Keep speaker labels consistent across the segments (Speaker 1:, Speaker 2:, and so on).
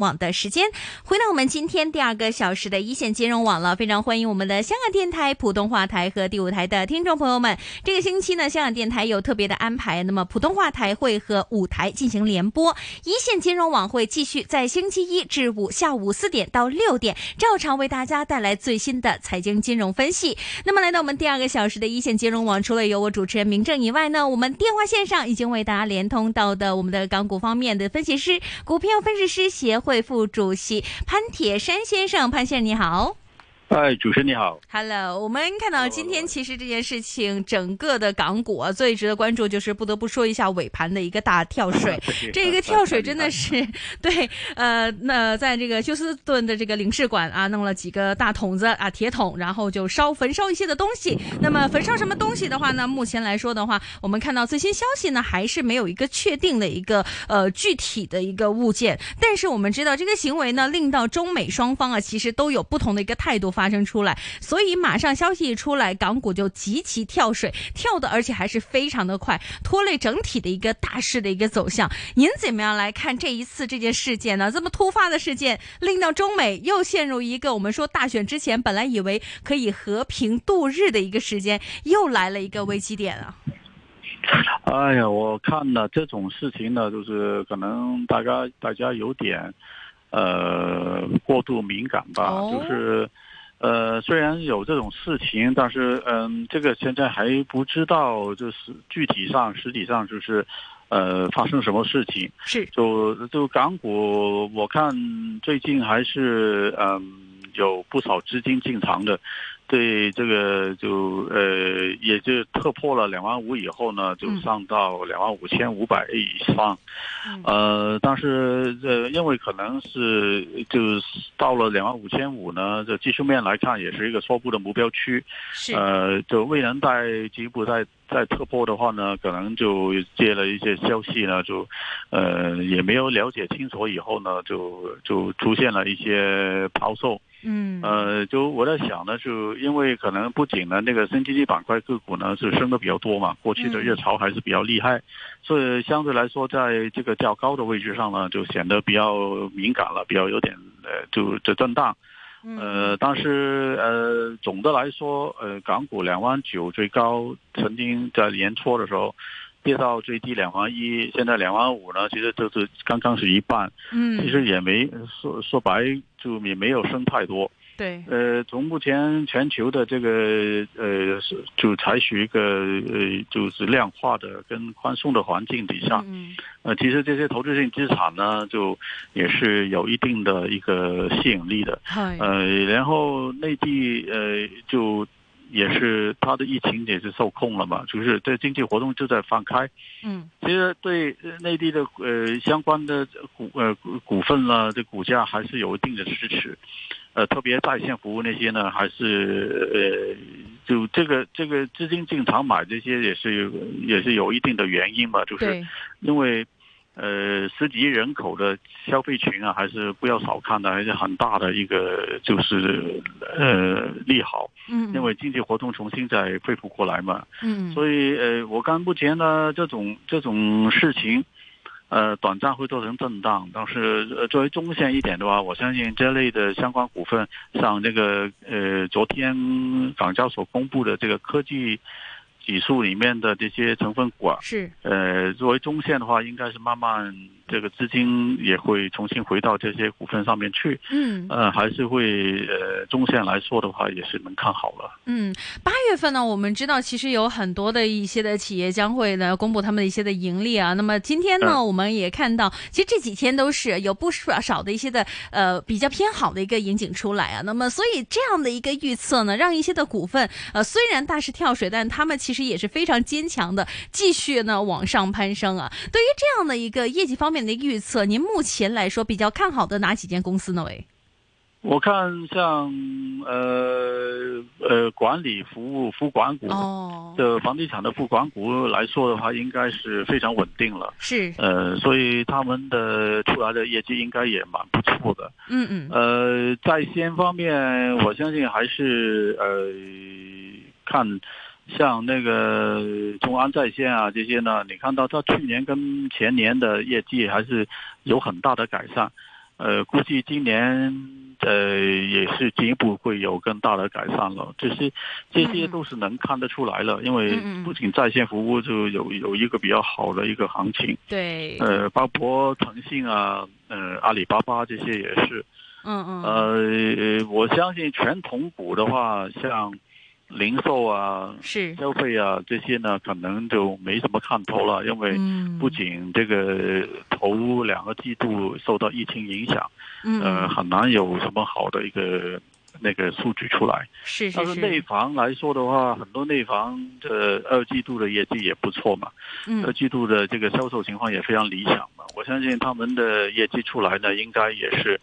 Speaker 1: 网的时间，回到我们今天第二个小时的一线金融网了，非常欢迎我们的香港电台普通话台和第五台的听众朋友们。这个星期呢，香港电台有特别的安排，那么普通话台会和五台进行联播，一线金融网会继续在星期一至五下午四点到六点，照常为大家带来最新的财经金融分析。那么来到我们第二个小时的一线金融网，除了有我主持人明正以外呢，我们电话线上已经为大家连通到的我们的港股方面的分析师、股票分析师协会。会副主席潘铁山先生，潘先生你好。
Speaker 2: 嗨，哎主持人你好。
Speaker 1: Hello，我们看到今天其实这件事情，整个的港股啊，最值得关注就是不得不说一下尾盘的一个大跳 水，这个跳水真的是 对呃，那在这个休斯顿的这个领事馆啊，弄了几个大桶子啊，铁桶，然后就烧焚烧一些的东西。那么焚烧什么东西的话呢？目前来说的话，我们看到最新消息呢，还是没有一个确定的一个呃具体的一个物件，但是我们知道这个行为呢，令到中美双方啊，其实都有不同的一个态度发生。出来，所以马上消息一出来，港股就极其跳水，跳的而且还是非常的快，拖累整体的一个大势的一个走向。您怎么样来看这一次这件事件呢？这么突发的事件，令到中美又陷入一个我们说大选之前本来以为可以和平度日的一个时间，又来了一个危机点啊！
Speaker 2: 哎呀，我看了这种事情呢，就是可能大家大家有点呃过度敏感吧，哦、就是。呃，虽然有这种事情，但是嗯，这个现在还不知道，就是具体上、实体上就是，呃，发生什么事情。
Speaker 1: 是。
Speaker 2: 就就港股，我看最近还是嗯有不少资金进场的，对这个就呃也就突破了两万五以后呢，就上到两万五千五百以上。嗯、呃，但是呃，因为可能是就是到了两万五千五呢，这技术面来看也是一个初步的目标区，呃，就未能再进一步再再突破的话呢，可能就接了一些消息呢，就呃也没有了解清楚以后呢，就就出现了一些抛售。
Speaker 1: 嗯，
Speaker 2: 呃，就我在想呢，就因为可能不仅呢那个新经济板块个股呢是升的比较多嘛，过去的热潮还是比较厉害，嗯、所以相对来说，在这个较高的位置上呢，就显得比较敏感了，比较有点呃，就这震荡。
Speaker 1: 嗯
Speaker 2: 呃，但是呃，总的来说，呃，港股两万九最高曾经在年初的时候。跌到最低两万一，现在两万五呢，其实就是刚刚是一半，
Speaker 1: 嗯，
Speaker 2: 其实也没呃说说白就也没有升太多，
Speaker 1: 对，
Speaker 2: 呃，从目前全球的这个呃，就采取一个呃，就是量化的跟宽松的环境底下，
Speaker 1: 嗯，
Speaker 2: 呃，其实这些投资性资产呢，就也是有一定的一个吸引力的，呃，然后内地呃就。也是它的疫情也是受控了嘛，就是这经济活动就在放开。
Speaker 1: 嗯，
Speaker 2: 其实对内地的呃相关的股呃股份呢，这股价还是有一定的支持。呃，特别在线服务那些呢，还是呃就这个这个资金进场买这些也是也是有一定的原因吧，就是因为。呃，十几亿人口的消费群啊，还是不要少看的，还是很大的一个就是呃利好。
Speaker 1: 嗯，
Speaker 2: 因为经济活动重新再恢复过来嘛。
Speaker 1: 嗯，
Speaker 2: 所以呃，我看目前呢这种这种事情，呃，短暂会造成震荡，但是呃作为中线一点的话，我相信这类的相关股份，像这个呃昨天港交所公布的这个科技。指数里面的这些成分股啊，
Speaker 1: 是
Speaker 2: 呃，作为中线的话，应该是慢慢这个资金也会重新回到这些股份上面去。
Speaker 1: 嗯，
Speaker 2: 呃，还是会呃，中线来说的话，也是能看好了。
Speaker 1: 嗯，八月份呢，我们知道其实有很多的一些的企业将会呢公布他们的一些的盈利啊。那么今天呢，嗯、我们也看到，其实这几天都是有不少少的一些的呃比较偏好的一个引景出来啊。那么所以这样的一个预测呢，让一些的股份呃虽然大势跳水，但他们其其实也是非常坚强的，继续呢往上攀升啊！对于这样的一个业绩方面的预测，您目前来说比较看好的哪几间公司呢？喂，
Speaker 2: 我看像呃呃管理服务、服管股
Speaker 1: 哦
Speaker 2: 的房地产的服管股来说的话，应该是非常稳定了。
Speaker 1: 是
Speaker 2: 呃，所以他们的出来的业绩应该也蛮不错的。
Speaker 1: 嗯嗯。
Speaker 2: 呃，在先方面，我相信还是呃看。像那个中安在线啊这些呢，你看到它去年跟前年的业绩还是有很大的改善，呃，估计今年呃也是进一步会有更大的改善了。这些这些都是能看得出来了，因为
Speaker 1: 嗯嗯嗯
Speaker 2: 不仅在线服务就有有一个比较好的一个行情，
Speaker 1: 对，
Speaker 2: 呃，包括腾讯啊，呃，阿里巴巴这些也是。
Speaker 1: 嗯嗯，
Speaker 2: 呃，我相信传统股的话，像零售啊、
Speaker 1: 是，
Speaker 2: 消费啊这些呢，可能就没什么看头了，因为
Speaker 1: 嗯，
Speaker 2: 不仅这个头两个季度受到疫情影响，
Speaker 1: 嗯，
Speaker 2: 呃，
Speaker 1: 嗯，
Speaker 2: 很难有什么好的一个那个数据出来。
Speaker 1: 是是
Speaker 2: 但是内
Speaker 1: 是，
Speaker 2: 房来说的话，很多内房这二季度的业绩也不错嘛，二
Speaker 1: 嗯
Speaker 2: 呃季度的这个销售情况也非常理想嘛。我相信他们的业绩出来呢，应该也是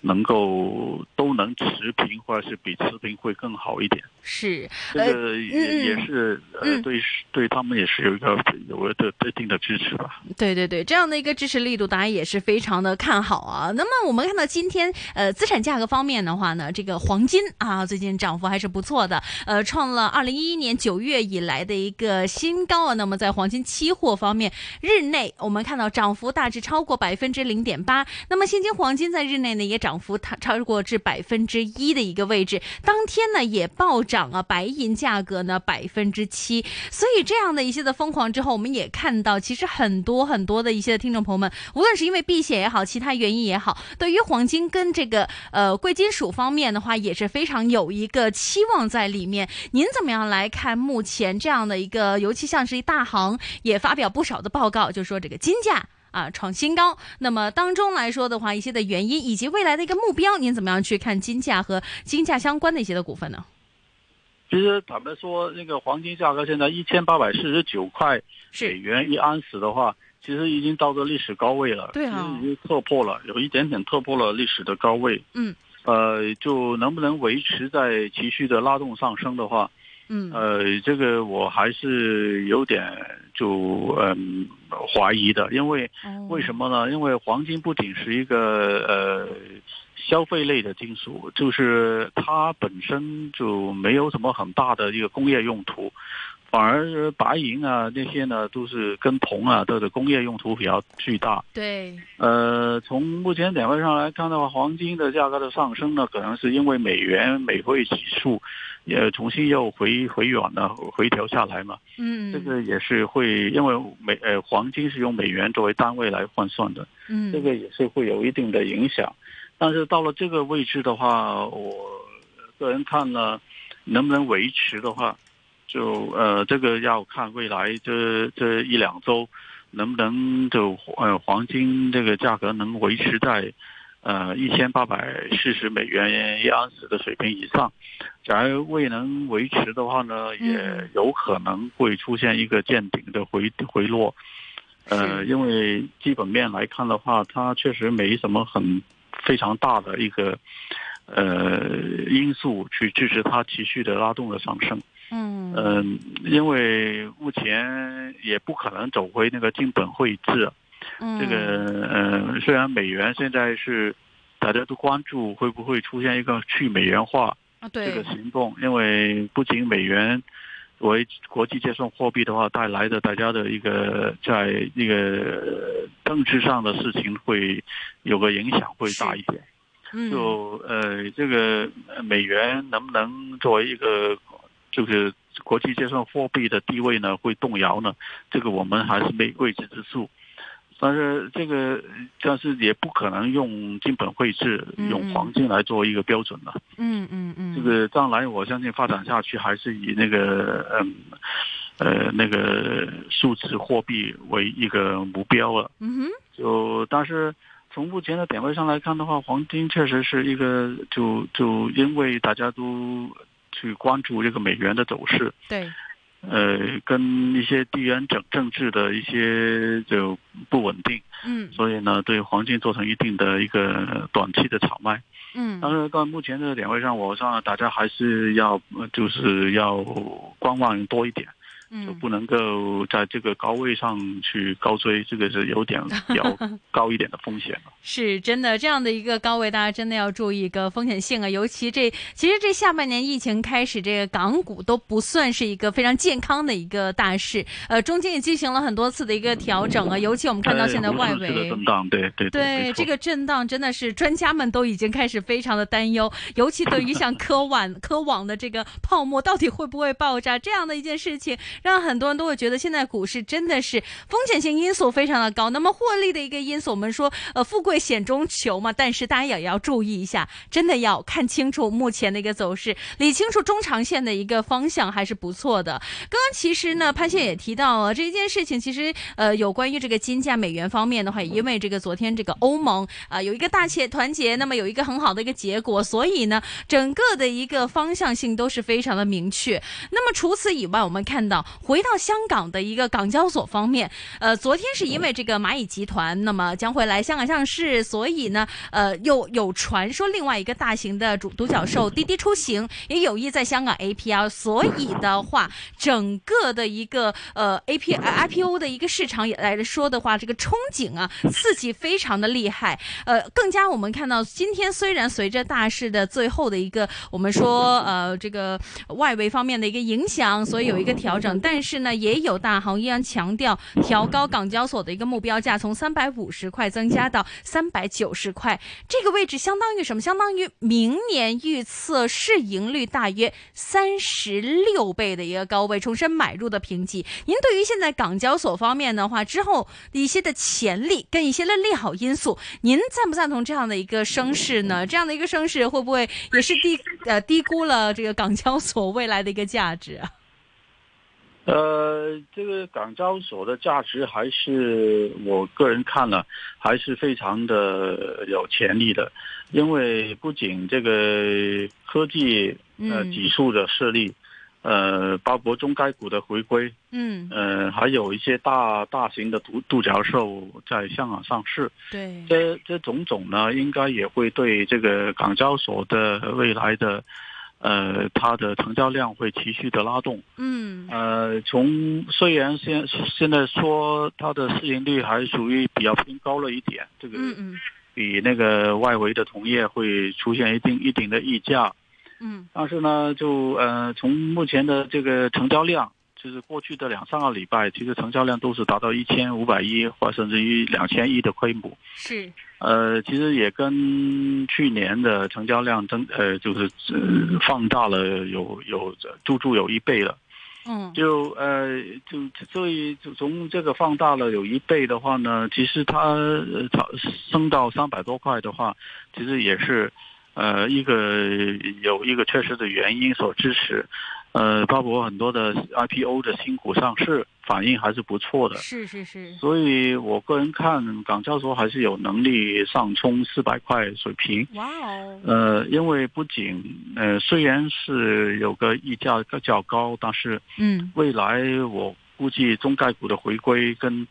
Speaker 2: 能够都能持平，或者是比持平会更好一点。
Speaker 1: 是，
Speaker 2: 这个也也是呃
Speaker 1: 嗯
Speaker 2: 对对他们也是有一个有一个特定的支持吧。
Speaker 1: 对对对，这样的一个支持力度，大家也是非常的看好啊。那么我们看到今天呃资产价格方面的话呢，这个黄金啊最近涨幅还是不错的，呃创了二零一一年九月以来的一个新高啊。那么在黄金期货方面，日内我们看到涨幅大致超过百分之零点八，那么现金黄金在日内呢也涨幅它超过至百分之一的一个位置，当天呢也暴涨啊，白银价格呢百分之七，所以这样的一些的疯狂之后，我们也看到，其实很多很多的一些听众朋友们，无论是因为避险也好，其他原因也好，对于黄金跟这个呃贵金属方面的话，也是非常有一个期望在里面。您怎么样来看目前这样的一个，尤其像是一大行也发表不少的报告，就说这个金价。啊，创新高。那么当中来说的话，一些的原因以及未来的一个目标，您怎么样去看金价和金价相关的一些的股份呢？
Speaker 2: 其实坦白说，那个黄金价格现在一千八百四十九块美
Speaker 1: 是，
Speaker 2: 元一盎司的话，其实已经到了历史高位了，
Speaker 1: 对啊
Speaker 2: 其实已经突破了，有一点点突破了历史的高位。
Speaker 1: 嗯，
Speaker 2: 呃，就能不能维持在持续的拉动上升的话，
Speaker 1: 嗯，
Speaker 2: 呃，这个我还是有点就嗯怀疑的，因为为什
Speaker 1: 么？
Speaker 2: 么呢？因为黄金不仅是一个呃消费类的金属，就是它本身就没有什么很大的一个工业用途，反而白银啊那些呢都是跟铜啊它的工业用途比较巨大。
Speaker 1: 对，
Speaker 2: 呃，从目前点位上来看的话，黄金的价格的上升呢，可能是因为美元美汇指数也重新又回回软了，回调下来嘛。
Speaker 1: 嗯，
Speaker 2: 这个也是会因为美呃黄金是用美元作为单位来换算的，
Speaker 1: 嗯，
Speaker 2: 这个也是会有一定的影响。但是到了这个位置的话，我个人看呢，能不能维持的话，就呃这个要看未来这这一两周能不能就呃黄金这个价格能维持在。呃，一千八百四十美元一盎司的水平以上，假如未能维持的话呢，也
Speaker 1: 嗯
Speaker 2: 有可能会出现一个见顶的回回落。呃，
Speaker 1: 是
Speaker 2: 因为基本面来看的话，它确实没什么很非常大的一个呃因素去支持它持续的拉动的上升。
Speaker 1: 嗯，
Speaker 2: 嗯、因为目前也不可能走回那个金本位制。啊
Speaker 1: 嗯
Speaker 2: 这个呃，虽然美元现在是大家都关注会不会出现一个去美元化
Speaker 1: 啊，
Speaker 2: 这个
Speaker 1: 对，
Speaker 2: 行动，因为不仅美元为国际结算货币的话，带来的大家的一个在那个政治上的事情会有个影响会大一点。
Speaker 1: 嗯，
Speaker 2: 就呃，这个呃美元能不能作为一个就是国际结算货币的地位呢，会动摇呢？这个我们还是没未知之数。但是这个，但是也不可能用金本位制、
Speaker 1: 嗯
Speaker 2: 用黄金来做一个标准了。
Speaker 1: 嗯嗯嗯，
Speaker 2: 这个将来我相信发展下去还是以那个嗯呃那个数字货币为一个目标了。
Speaker 1: 嗯哼，
Speaker 2: 就但是从目前的点位上来看的话，黄金确实是一个就就因为大家都去关注这个美元的走势，
Speaker 1: 对，
Speaker 2: 呃，跟一些地缘政政治的一些就不稳定，
Speaker 1: 嗯
Speaker 2: 所以呢，对黄金造成一定的一个短期的炒卖。
Speaker 1: 嗯，
Speaker 2: 但是到目前的点位上，我上大家还是要呃就是要观望多一点。
Speaker 1: 嗯
Speaker 2: 就不能够在这个高位上去高追，这个是有点比 较高一点的风险了。
Speaker 1: 是真的，这样的一个高位，大家真的要注意一个风险性啊。尤其这，其实这下半年疫情开始，这个港股都不算是一个非常健康的一个大势。呃，中间也进行了很多次的一个调整啊。尤其我们看到现在外围、
Speaker 2: 哎、震荡，对对
Speaker 1: 对，这个震荡真的是专家们都已经开始非常的担忧。尤其对于像科网科网的这个泡沫到底会不会爆炸这样的一件事情，让很多人都会觉得现在股市真的是风险性因素非常的高。那么获利的一个因素，我们说呃富贵。会险中求嘛，但是大家也要注意一下，真的要看清楚目前的一个走势，理清楚中长线的一个方向还是不错的。刚刚其实呢，潘宪也提到了这一件事情，其实呃，有关于这个金价、美元方面的话，也因为这个昨天这个欧盟啊、呃、有一个大协团结，那么有一个很好的一个结果，所以呢，整个的一个呃方向性都是非常的明确。那么除此以外，我们看到回到香港的一个港交所方面，呃，昨天是因为这个蚂蚁集团，那么将会来香港上市。是，所以呢，呃，又有传说另外一个大型的主独角兽滴滴出行也有意在香港 A P L，所以的话，整个的一个呃 A P I P O 的一个市场也来说的话，这个憧憬啊，刺激非常的厉害。呃，更加我们看到今天虽然随着大势的最后的一个我们说呃这个外围方面的一个影响，所以有一个调整，但是呢，也有大行依然强调调高港交所的一个目标价，从三百五十块增加到。三百九十块这个位置相当于什么？相当于明年预测市盈率大约三十六倍的一个高位重新买入的评级。您对于现在港交所方面的话，之后一些的潜力跟一些的利好因素，您赞不赞同这样的一个升势呢？这样的一个升势会不会也是低呃低估了这个港交所未来的一个价值啊？
Speaker 2: 呃，这个港交所的价值还是我个人看了，还是非常的有潜力的，因为不仅这个科技呃
Speaker 1: 嗯
Speaker 2: 指数的设立，呃，包括中概股的回归，
Speaker 1: 嗯，
Speaker 2: 呃，还有一些大大型的独独角兽在香港上市，
Speaker 1: 对，
Speaker 2: 这这种种呢，应该也会对这个港交所的未来的。呃，它的成交量会持续的拉动。
Speaker 1: 嗯，
Speaker 2: 呃，从虽然现现在说它的市盈率还属于比较偏高了一点，这个
Speaker 1: 嗯
Speaker 2: 比那个外围的同业会出现一定一定的溢价。
Speaker 1: 嗯，
Speaker 2: 但是呢，就呃，从目前的这个成交量，就是过去的两三个礼拜，其实成交量都是达到一千五百亿或甚至于两千亿的规模。
Speaker 1: 是。
Speaker 2: 呃，其实也跟去年的成交量增，呃，就是呃放大了有有呃足足有一倍了。
Speaker 1: 嗯，
Speaker 2: 就呃就所以就从这个放大了有一倍的话呢，其实它呃它升到三百多块的话，其实也是呃一个有一个确实的原因所支持。呃，包括很多的 IPO 的新股上市反应还是不错的，
Speaker 1: 是是是。
Speaker 2: 所以我个人看，港交所还是有能力上冲四百块水平。
Speaker 1: 哇哦！
Speaker 2: 呃，因为不仅呃虽然是有个溢价较高，但是
Speaker 1: 嗯，
Speaker 2: 未来我估计中概股的回归跟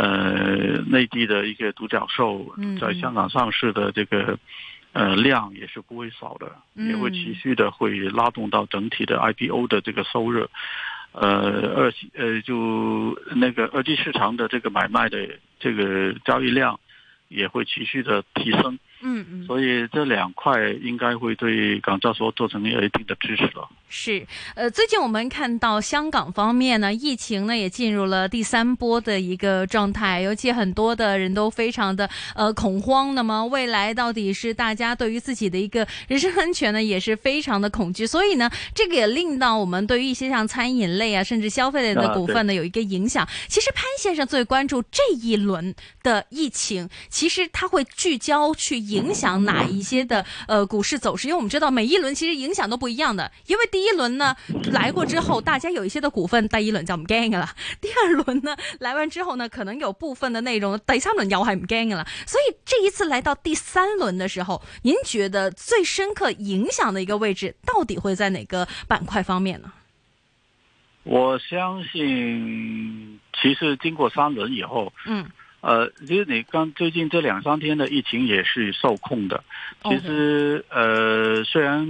Speaker 2: 呃内地的一些独角兽在香港上市的这个。呃，量也是不会少的，也会持续的会拉动到整体的 IPO 的这个收入，呃，二呃就那个二级市场的这个买卖的这个交易量也会持续的提升。
Speaker 1: 嗯嗯，
Speaker 2: 所以这两块应该会对港交所做成有一定的支持了。
Speaker 1: 是，呃，最近我们看到香港方面呢，疫情呢也进入了第三波的一个状态，尤其很多的人都非常的呃恐慌。那么未来到底是大家对于自己的一个人身安全呢，也是非常的恐惧。所以呢，这个也令到我们对于一些像餐饮类啊，甚至消费类的股份呢、
Speaker 2: 啊、
Speaker 1: 有一个影响。其实潘先生最关注这一轮的疫情，其实他会聚焦去影响哪一些的呃股市走势，因为我们知道每一轮其实影响都不一样的，因为第第一轮呢来过之后，大家有一些的股份，第一輪就唔驚噶啦。 第二輪呢來完之後呢，可能有部分的內容，第三輪又係唔驚噶啦。所以這一次來到第三輪的時候，您覺得最深刻影響的一個位置，到底會在哪個板塊方面呢？
Speaker 2: 我相信，其實經過三輪以後，
Speaker 1: 嗯，
Speaker 2: 呃，其实你刚最近这两三天的疫情也是受控的。其
Speaker 1: 哦
Speaker 2: 实呃，虽然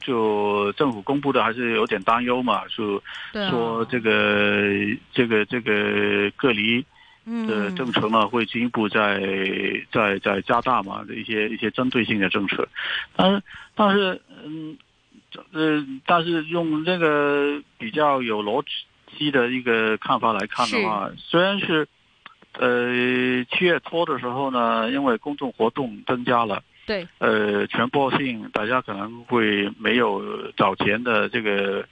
Speaker 2: 就政府公布的还是有点担忧嘛，说
Speaker 1: 对啊
Speaker 2: 说这个这个这个隔离的
Speaker 1: 嗯
Speaker 2: 呃政策呢会进一步在在在加大嘛一些一些针对性的政策，但是但是嗯呃但是用这个比较有逻辑的一个看法来看的话，虽然是呃七月初的时候呢，因为公众活动增加了。
Speaker 1: 对，
Speaker 2: 呃，传播性，大家可能会没有早前的这个，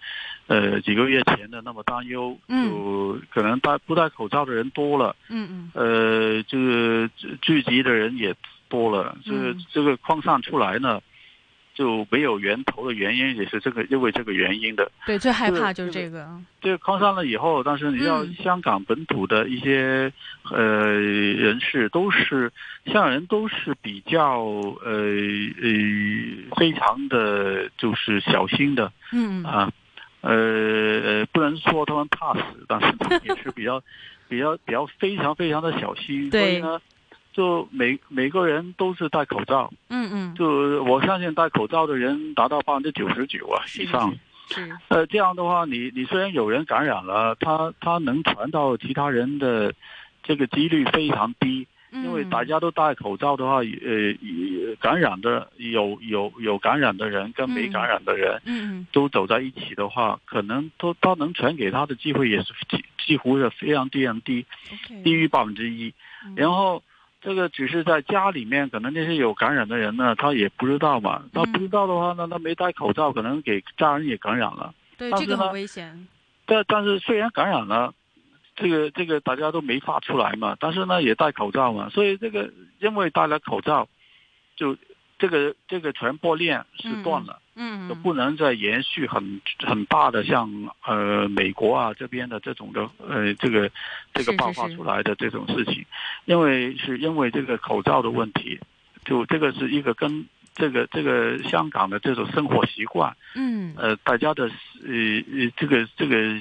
Speaker 2: 呃，几个月前的那么担忧，
Speaker 1: 嗯
Speaker 2: 就可能戴不戴口罩的人多了，
Speaker 1: 嗯嗯，
Speaker 2: 呃，这个聚聚集的人也多了，这个
Speaker 1: 嗯
Speaker 2: 这个扩散出来呢，就没有源头的原因也是这个，因为这个原因的。
Speaker 1: 对，最害
Speaker 2: 这个
Speaker 1: 怕就是
Speaker 2: 这
Speaker 1: 这个，
Speaker 2: 这个扩散了以后，但是你要
Speaker 1: 嗯
Speaker 2: 香港本土的一些、呃人士都是香港人都是比较呃呃非常的就是小心的
Speaker 1: 嗯嗯，
Speaker 2: 啊，呃呃不能说他们怕死，但是他们也是比较比较比较非常非常的小心，所
Speaker 1: 对
Speaker 2: 以呢，就每每个人都是戴口罩，
Speaker 1: 嗯嗯，
Speaker 2: 就我相信戴口罩的人达到百分之九十九啊
Speaker 1: 是
Speaker 2: 以上。
Speaker 1: 是，
Speaker 2: 呃，这样的话，你你虽然有人感染了，他他能传到其他人的这个几率非常低，因为
Speaker 1: 嗯
Speaker 2: 大家都戴口罩的话，呃，也感染的有有有感染的人跟没感染的人
Speaker 1: 嗯嗯
Speaker 2: 都走在一起的话，可能都他能传给他的机会也是几几乎是非常非常低，
Speaker 1: ，OK，
Speaker 2: 低于百分之一。
Speaker 1: 嗯
Speaker 2: 然后这个只是在家里面，可能那些有感染的人呢，他也不知道嘛，他不知道的话呢，他没戴口罩，可能给家人也感染了。
Speaker 1: 对
Speaker 2: 但
Speaker 1: 这
Speaker 2: 是
Speaker 1: 个很
Speaker 2: 呢
Speaker 1: 危险，
Speaker 2: 但但是虽然感染了，这个这个大家都没发出来嘛，但是呢也戴口罩嘛，所以这个因为戴了口罩，就这个这个传播链是断了，
Speaker 1: 嗯
Speaker 2: 就
Speaker 1: 嗯，
Speaker 2: 不能再延续很很大的像呃美国啊这边的这种的呃这个这
Speaker 1: 是
Speaker 2: 个
Speaker 1: 是
Speaker 2: 爆发
Speaker 1: 是
Speaker 2: 出来的这种事情，因为是因为这个口罩的问题，就这个是一个跟这个这个香港的这种生活习惯。
Speaker 1: 嗯
Speaker 2: 呃，大家的呃呃这个这个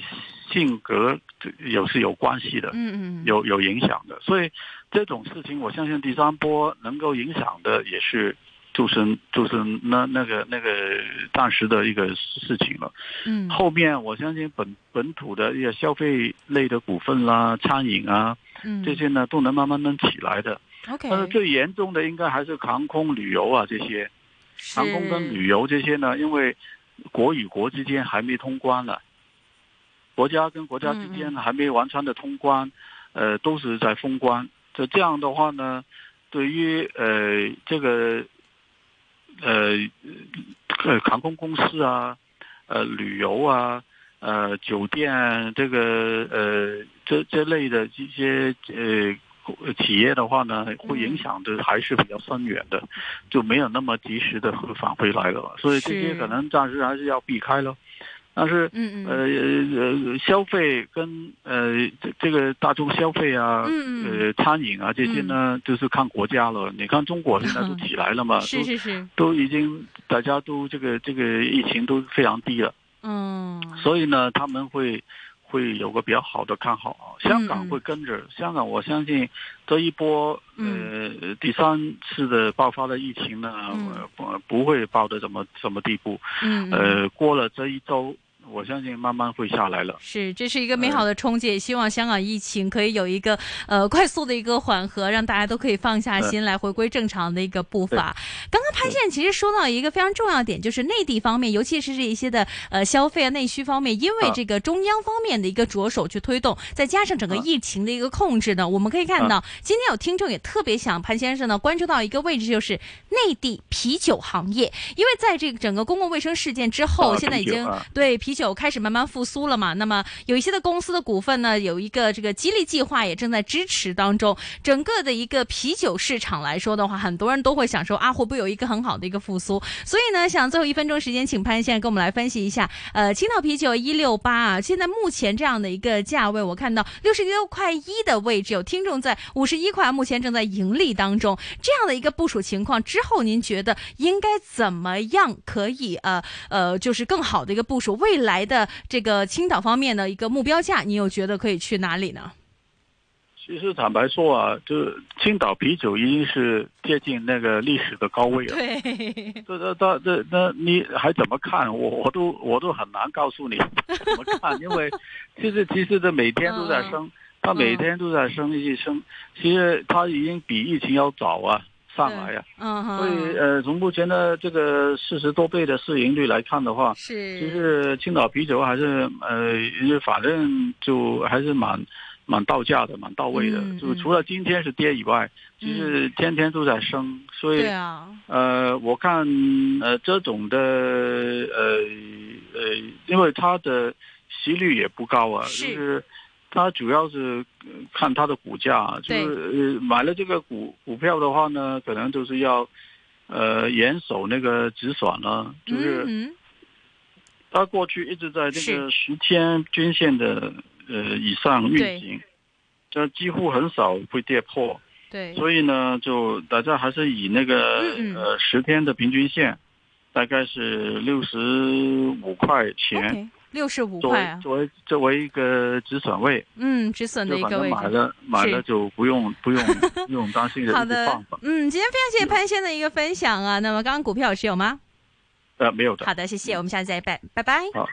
Speaker 2: 性格这有是有关系的，
Speaker 1: 嗯嗯，
Speaker 2: 有有影响的。所以这种事情，我相信第三波能够影响的也是就是就是那那个那个暂时的一个事情了。
Speaker 1: 嗯
Speaker 2: 后面我相信本本土的一些消费类的股份啦、餐饮啊
Speaker 1: 嗯
Speaker 2: 这些呢，都能慢慢能起来的。
Speaker 1: ，OK，
Speaker 2: 但是最严重的应该还是航空旅游啊这些。航空跟
Speaker 1: 是
Speaker 2: 旅游这些呢，因为国与国之间还没通关了，国家跟国家之间还没完全的通关，呃，都是在封关。就这样的话呢，对于呃这个呃呃航空公司啊，呃旅游啊。呃，酒店这个呃，这这类的一些呃企业的话呢，会影响的还是比较深远的。就没有那么及时的会返回来了，所以这
Speaker 1: 是
Speaker 2: 些可能暂时还是要避开了。但是，
Speaker 1: 嗯
Speaker 2: 呃
Speaker 1: 嗯
Speaker 2: 呃，消费跟呃这这个大众消费啊，
Speaker 1: 嗯嗯
Speaker 2: 呃餐饮啊这些呢，就是看国家了。你看中国现在 都起来了嘛，
Speaker 1: 是是是，
Speaker 2: 都都已经大家都这个这个疫情都非常低了，
Speaker 1: 嗯，
Speaker 2: 所以呢，他们会会有个比较好的看好。香
Speaker 1: 嗯嗯
Speaker 2: 港会跟着，香港我相信这一波呃第三次的爆发的疫情呢，
Speaker 1: 嗯
Speaker 2: 呃不不会爆的怎么什么地步。
Speaker 1: 嗯嗯
Speaker 2: 呃，过了这一周，我相信慢慢会下来了。
Speaker 1: 是，这是一个美
Speaker 2: 哎
Speaker 1: 好的冲击，也希望香港疫情可以有一个呃 快速的一个缓和，让大家都可以放下
Speaker 2: 哎
Speaker 1: 心来，回归正常的一个步伐。刚刚潘先生其实说到一个非常重要的点，就是内地方面，尤其是这一些的呃消费啊、内需方面，因为
Speaker 2: 啊
Speaker 1: 这个中央方面的一个着手去推动，再呃加上整个
Speaker 2: 啊
Speaker 1: 疫情的一个控制呢，我们可以看到，今天有听众也特别想潘先生呢关注到一个位置，就是内地啤酒行业，因为在这个整个公共卫生事件之后，
Speaker 2: 啊
Speaker 1: 现在已
Speaker 2: 啤酒
Speaker 1: 经
Speaker 2: 啊
Speaker 1: 对啤酒开始慢慢复苏了嘛。那么有一些的公司的股份呢，有一个这个激励计划也正在支持当中。整个的一个啤酒市场来说的话，很多人都会想说啊，会不会有一个很好的一个复苏？所以呢，想最后一分钟时间，请潘先生跟我们来分析一下，呃，青岛啤酒一六八啊，现在目前这样的一个价位，我看到六十六块一的位置，有听众在五十一块，目前正在盈利当中。这样的一个部署情况之后，您觉得应该怎么样可以呃呃，就是更好的一个部署？未来的这个青岛方面的一个目标价，你有觉得可以去哪里呢？
Speaker 2: 其实坦白说啊，就是青岛啤酒已经是接近那个历史的高位了。
Speaker 1: 对，
Speaker 2: 这这这这那你还怎么看？我我都我都很难告诉你 怎么看，因为其实其实这每天都在
Speaker 1: 嗯
Speaker 2: 升，它每天都在升一升，其实它已经比疫情要早啊上来啊。
Speaker 1: 嗯哼，
Speaker 2: 所以呃，从目前的这个四十多倍的市盈率来看的话，
Speaker 1: 是，
Speaker 2: 其实青岛啤酒还是呃，反正就还是蛮蛮到价的，蛮到位的。
Speaker 1: 嗯
Speaker 2: 就
Speaker 1: 嗯
Speaker 2: 除了今天是跌以外，其实天天都在升，所以
Speaker 1: 对啊，
Speaker 2: 呃，我看呃这种的呃呃，因为它的息率也不高啊，
Speaker 1: 是
Speaker 2: 就是它主要是呃看它的股价啊，就
Speaker 1: 对
Speaker 2: 是呃买了这个股股票的话呢，可能就是要呃严守那个止损了、就是
Speaker 1: 嗯
Speaker 2: 它过去一直在这
Speaker 1: 是
Speaker 2: 个十天均线的呃以上
Speaker 1: 对
Speaker 2: 运行，这几乎很少会跌破。
Speaker 1: 哼，对，
Speaker 2: 所以呢，就大家还是以那个
Speaker 1: 嗯嗯
Speaker 2: 呃十天的平均线，大概是六十五块钱
Speaker 1: OK，六十五
Speaker 2: 作
Speaker 1: 块
Speaker 2: 为
Speaker 1: 啊，
Speaker 2: 作为作为一个止损位，
Speaker 1: 嗯，止损的
Speaker 2: 就
Speaker 1: 一个位
Speaker 2: 反正买
Speaker 1: 置。
Speaker 2: 了买了就不用不 用不用担心的
Speaker 1: 好
Speaker 2: 一直
Speaker 1: 的
Speaker 2: 放吧，，
Speaker 1: 嗯，今天非常谢谢潘先生的一个分享啊。那么刚刚股票有持有吗？
Speaker 2: 呃，没有的。
Speaker 1: 好的，谢谢，我们下次再拜，拜拜。
Speaker 2: 好